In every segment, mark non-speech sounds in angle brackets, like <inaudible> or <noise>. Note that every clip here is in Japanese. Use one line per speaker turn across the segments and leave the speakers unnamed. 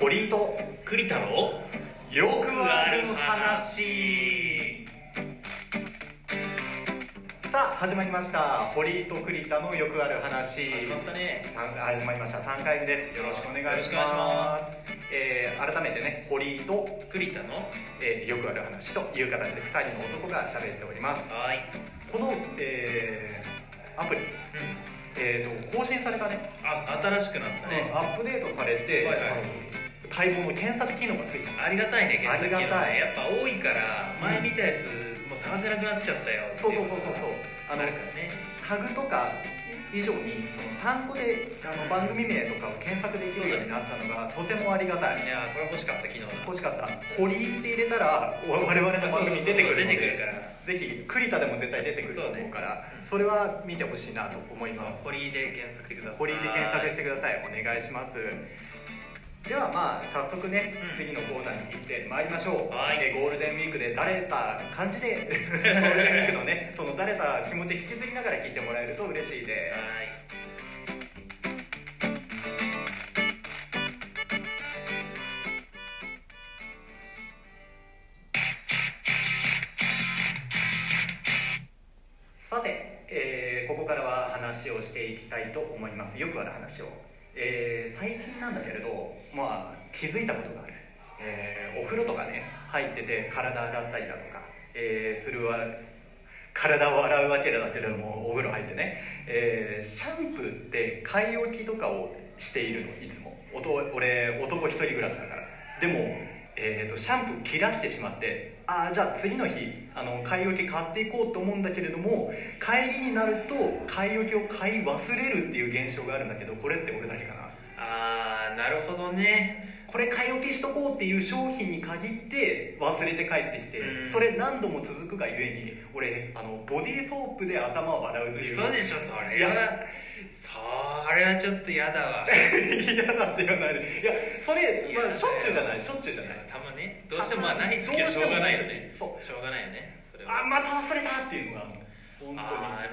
鳥居と
栗太郎
よくある話さあ始まりました堀井と栗田のよくある話
始まったね
さん始まりました3回目ですよろしくお願いし
よろしくお願いし
ま
ます
えー改めてね堀井と、
栗田のは
えーよくある話という形で2人の男が喋っております
ーい、
この、えーアプリ、
うん、
えーと更新されたね
あ新しくなったね、
アップデートされて、
はいはい
あの待望の検索機能がついた
ありがたいね検索機能
あり
ね
がたい
やっぱ多いから前見たやつもう探せなくなっちゃったよ
そうそうそうそうそうあの
あなるからね
タグとか以上にその単語であの番組名とかを検索できるようになったのがとてもありがたい
いやーこれ欲しかった機能だ
欲しかった「堀井」って入れたら我々の番組に出てくるので
出てくるか
ぜひ栗田
ら
でも絶対出てくると思うからそれは見てほしいなと思います
堀井で検索してください
堀井で検索してくださいお願いしますではまあ早速ね、
うん
次のコーナーに行ってまいりましょう、
はい
えーゴールデンウィークで誰た感じで <laughs> ゴールデンウィークのねその誰た気持ち引きずりながら聞いてもらえると嬉しいです
はーい
さて、えーここからは話をしていきたいと思いますよくある話を、えー最近なんだけれど、まあ、気づいたことがある、えーお風呂とかね入ってて体洗ったりだとか、えーするわ体を洗うわけだけれどもお風呂入ってね、えーシャンプーって買い置きとかをしているのいつもおと俺男一人暮らしだからでも、えー、とシャンプー切らしてしまってああじゃあ次の日あの買い置き買っていこうと思うんだけれども帰りになると買い置きを買い忘れるっていう現象があるんだけどこれって俺だけかな
あーなるほどね
これ買い置きしとこうっていう商品に限って忘れて帰ってきて、
うん
それ何度も続くがゆえに俺あのボディーソープで頭を洗うっていう
嘘でしょそれ
いや
はそれはちょっと嫌だ
<laughs>
わ
嫌だって言わないでいやそれ、まあ、しょっちゅうじゃないしょっちゅうじゃない
たまねどうしてもまあない時はしょうがないよねし
そう
ょうがないよねそれは
あまた忘れたっていうのが本
あー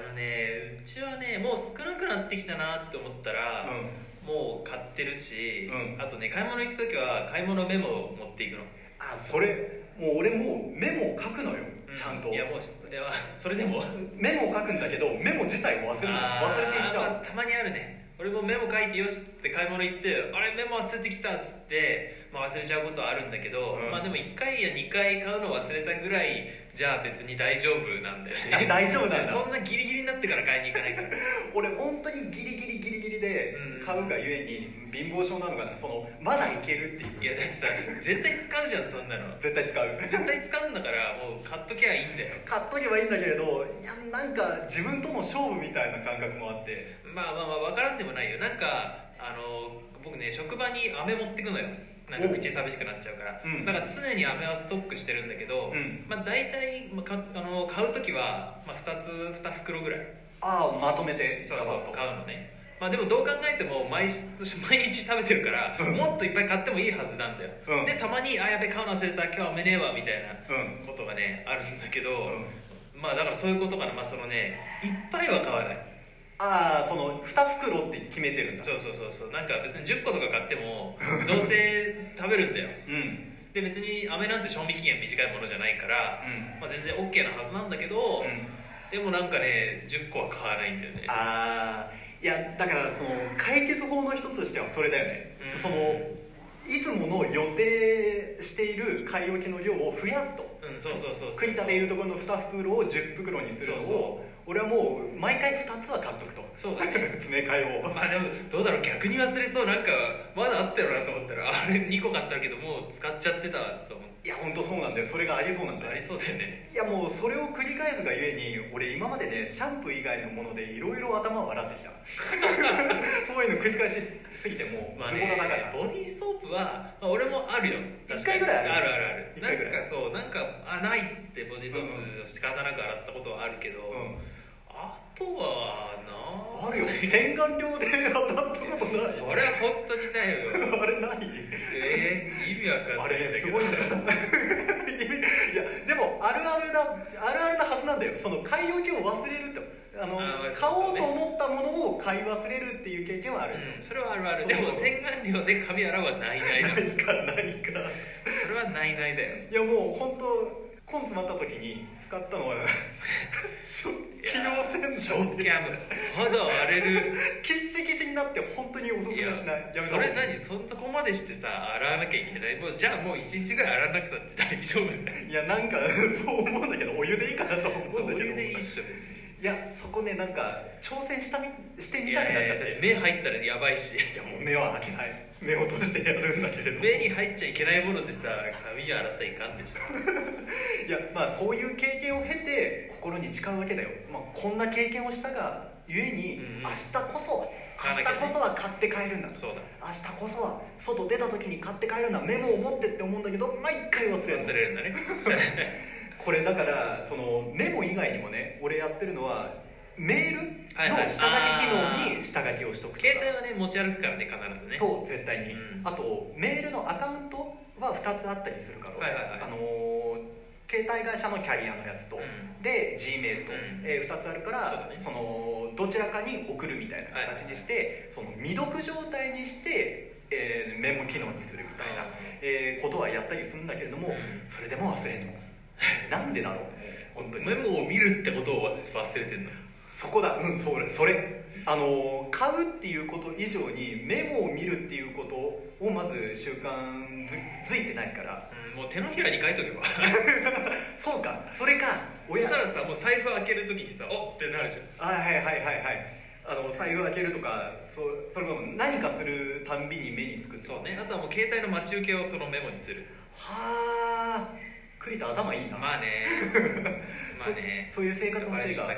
あのねうちはねもう少なくなってきたなって思ったら、
当にうん
もう買ってるし、
うん
あとね買い物行く時は買い物メモを持っていくの
あそれもう俺もうメモを書くのよ、
う
ちゃんと
いやもうしいやそれでも
メモを書くんだけどメモ自体を忘れるの忘れていっちゃ
あー
う
まあたまにあるね俺もメモ書いてよしっつって買い物行ってあれメモ忘れてきたっつって、まあ、忘れちゃうことはあるんだけど、
うん
まあでも1回や2回買うの忘れたぐらいじゃあ別に大丈夫なんだよ
あ
ね
<laughs> 大丈夫なんだ
そんなギリギリになってから買いに行かないから
俺本当にギリギリギリギリで
うん
買うがゆえに貧乏症なのかなそのまだいけるっていう
いやだってさ絶対使うじゃんそんなの
絶対使う
絶対使うんだからもう買っときゃいいんだよ
買っとけばいいんだけれどいやなんか自分との勝負みたいな感覚もあって
まあまあまあ分からんでもないよなんかあの僕ね職場に飴持ってくのよなんか
お
口寂しくなっちゃうから、
うん
だから常に飴はストックしてるんだけど、
うん
まあ大体、まあ、かあの買う時は、まあ、2つ2袋ぐらい
ああまとめて
そう
ガ
そ
バッ
う
と
買うのねまあでもどう考えても毎し毎日 <laughs> 食べてるからもっといっぱい買ってもいいはずなんだよ、
うん
でたまに「あやべ買うの忘れた今日は飴ねえわ」みたいな
うん
ことがねあるんだけど、
うん
まあだからそういうことかなまあそのねいっぱいは買わない
ああその2袋って決めてるんだ
そうそうそうそうなんか別に10個とか買ってもどうせ食べるんだよ
うんうん
で別に飴なんて賞味期限短いものじゃないから、まあ、全然 OK なはずなんだけ
う
ど、
ん
でもなんかね10個は買わないんだよね
あーいやだからその解決法の一つとしてはそれだよね、
うん
そのいつもの予定している買い置きの量を増やすと
うんそうそうそうそう
栗田でいうところの2袋を10袋にするのを
そうそ
俺はもう毎回2つは買っとく <laughs> と
そうだね
詰め替えを
まあでもどうだろう逆に忘れそうなんかまだあったよなと思ったらあれ2個買ったけどもう使っちゃってたと思っ
いや本当そうなんだよそれがありそうなんだ
てあ
よ
りそうだよね
いやもうそれを繰り返すがゆえに俺今までねシャンプー以外のものでいろいろ頭を洗ってきた <laughs> そういうの繰り返しすぎてもう
まあ
ズボラ
ね
だから、
ボディーソープは、まあ、俺もあるよ
一回ぐらいある
あるあるある
一
な
回ぐらい
んかそうなんかあないっつってボディーソープを仕方なく洗ったことはあるけど、
うん
あとはな
あ
<laughs>
るよ洗顔料で当たったことない
それは本当にない
<laughs>
よ
あれない
えー、意味わかんない
あ
んだ
れね
け
す
ど
ごいんだよいやでもあるあるだあるあるなはずなんだよその買い置きを忘れるとあの
あま
買
あ
お
そう
う
で
と
すね
思ったものを買い忘れるっていう経験はあるでしょ、
うんそれはあるある
そう
でも洗顔料で髪洗うはないないだ
<laughs> <laughs> 何か何か
それはないない
<laughs>
だよ
いやもう本当コン詰まった時に使ったのは食器用洗
ショ
剤
ーキャム肌荒れる
キッシキシになって本当におすすめしないやめた
そ
方がい
れ何そんなこまでしてさ洗わなきゃいけないもうじゃあもう1日ぐらい洗わなくたって大丈夫だよ
いいやなんかそう思うんだけどお湯でいいかなと思うんだけ
そ
ど
うお湯でいいっしょ別に
いやそこねなんか挑戦したみしてみたくなっちゃっていや
目入ったらやばいし
もう目は開けない目を閉じてやるんだけれど
目に入っちゃいけないものでさ髪洗ったらいかんでしょ
いやまあそういう経験を経て心に誓うわけだよ、まあ、こんな経験をしたがゆえに、
うんうん
明日こそ
買わなきゃね
明日こそは買って帰るんだと
そうだ
明日こそは外出た時に買って帰るんだメモを持ってって思うんだけど毎回忘れる
忘れるんだね
これだからそのメモ以外にもね俺やってるのはメール
はいは
の
い
下書き機能に下書きをしとくとか
<laughs> 携帯はね持ち歩くからね必ずね
そう絶対に、
うん
あとメールのアカウントは2つあったりするから、
はいはいはい
あのー携帯会社のキャリアのやつと、
うん
で G メールと、
うん
えー2つあるから
そうだね
そのどちらかに送るみたいな形にして、その未読状態にして、えーメモ機能にするみたいな
うん、
えーことはやったりするんだけれども、
うん
それでも忘れんのなんでだろう本当に
メモを見るってことを忘れてんの
そこだうんそれそれあの買うっていうこと以上にメモを見るっていうことをまず習慣づづいてないから
うんもう手のひらに書い <laughs> とけば
そうかそれか
そ
親
したらさもう財布開けるときにさおっってなるじゃん
あはいはいはいはいあの財布開けるとかそそれこそ何かするたんびに目につく
そうねあとはもう携帯の待ち受けをそのメモにする
はあ栗田頭いいな、
まあ <laughs> ねまあね
そういう生活の知恵が
バカにしたか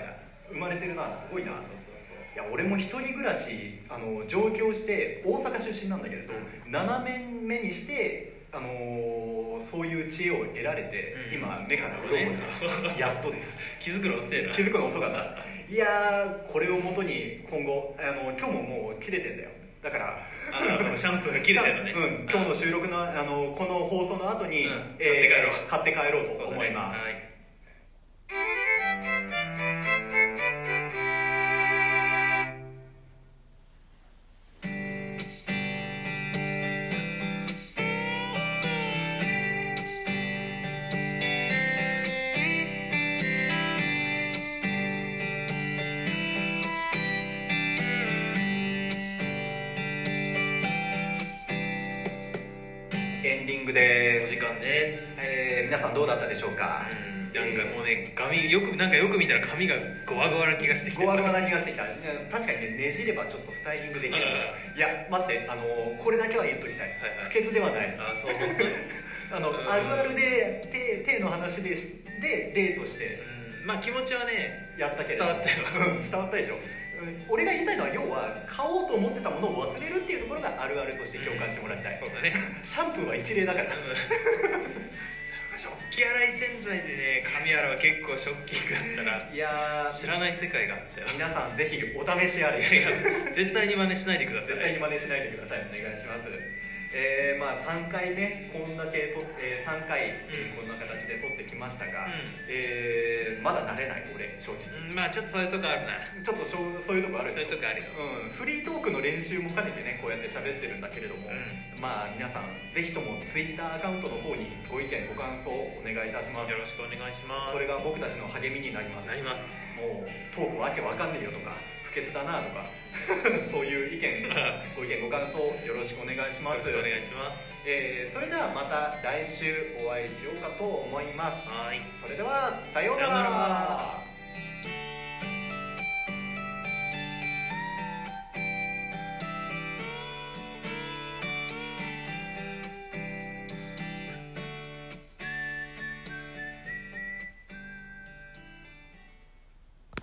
生まれてるなすごいな
そうそうそう
いや俺も一人暮らしあの上京して大阪出身なんだけれど斜め目にして、あのーそういう知恵を得られて、
うん
今目から鱗です、 <laughs> やっとです
気づくの遅えな
気づくの遅かったいやーこれをもとに今後あの今日ももう切れてんだよだから
あシャンプーが切れてるのね
うん、今日の収録のあのこの放送の後に、
うん
えー買って帰ろうと思います、
す、
エンディングで
はい、お
す、
時間です
えー皆さんどうだったでしょうか、
なんかもうね髪よくなんかよく見たら髪がゴワゴワな気がしてきて
ゴワゴワな気がしてきたうん確かにねねじればちょっとスタイリングできるいや待ってあのーこれだけは言っときたい、
はいはい
不潔ではない
あそう本
あ
当に
の、
うん
あるあるで手手の話でしで例として
うんまあ気持ちはね
やったけれど
伝わった
よ伝わったでしょうん俺が言いたいのは要は買おうと思ってたものを忘れるっていうところがあるあるとして共感してもらいたい、
そうだね
シャンプーは一例だから
食器洗い洗剤でね髪洗うは結構ショッキングだった
いやー
ら知らない世界があったよ
皆さんぜひお試しあれ <laughs>
いや絶対に真似しないでください
絶対に真似しないでくださいお願いしますえー、まあ3回ねこんだけと、えー、3回
ん
こんな形で撮ってきましたが、
うん
えー、まだ慣れない俺正直
うんまあちょっとそういうとこあるな
ちょっとしょうそういうとこある
そう
で
いう
しょ
とこあるよ
うん、フリートークの練習も兼ねてねこうやって喋ってるんだけれども、
う
まあ皆さんぜひとも Twitter アカウントの方にご意見ご感想をお願いいたします
よろしくお願いしま
そ
す
れが僕たちの励みになります
なります
もうトークわけわかんねえよとか不潔だなとか <laughs> そういう意見ご意見ご感想よろしくお願いし
よ
ま
ろ
す
しくお願いします
えーそれではまた来週お会いしようかと思います
はい
それではさよう
さよう
な
な
ら
ら